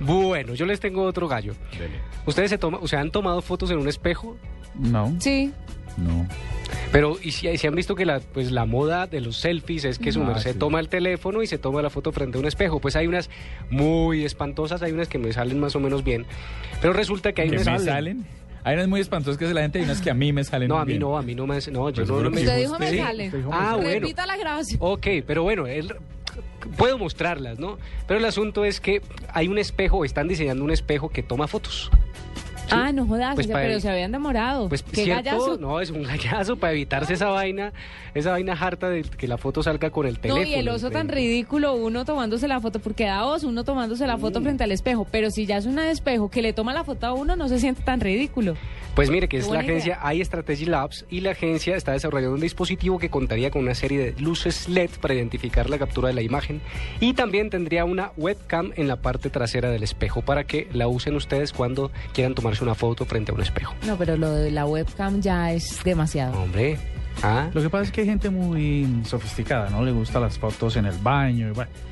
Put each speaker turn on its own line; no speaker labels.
Bueno, yo les tengo otro gallo.
Dele.
¿Ustedes se, toma, o sea, han tomado fotos en un espejo?
No.
Sí.
No.
Pero, ¿y si, si han visto que la, pues, la moda de los selfies es que su
Ah,
merced
sí.
toma el teléfono y se toma la foto frente a un espejo? Pues hay unas muy espantosas, hay unas que me salen más o menos bien. Pero resulta que hay
¿Que me
unas...
salen? Hay unas muy espantosas que hace la gente y unas que a mí me salen
No,
muy
a mí
bien.
no, a mí no me... No, yo
Pues
no,
seguro
no me...
que
Usted dijo me
Sí.
sale.
Ah, bueno.
Repita la grabación.
Ok, pero bueno, él, puedo mostrarlas, ¿no? Pero el asunto es que hay un espejo, están diseñando un espejo que toma fotos.
Ah, no jodas,
Pues
o sea,
para
pero
el-
se habían demorado.
Pues
Qué
cierto,
gallazo.
no, es un gallazo para evitarse esa vaina, esa vaina harta de que la foto salga con el
No,
teléfono.
y el oso tan
Pero-
ridículo, uno tomándose la foto, porque da oso uno tomándose la foto frente al espejo, pero si ya es una de espejo que le toma la foto a uno, no se siente tan ridículo.
Pues mire, que
Qué
es la
buena
agencia iStrategy Labs y la agencia está desarrollando un dispositivo que contaría con una serie de luces LED para identificar la captura de la imagen y también tendría una webcam en la parte trasera del espejo para que la usen ustedes cuando quieran tomarse una foto frente a un espejo.
No, pero lo de la webcam ya es demasiado.
Hombre, ah.
Lo que pasa es que hay gente muy sofisticada, ¿no? Le gustan las fotos en el baño y bueno.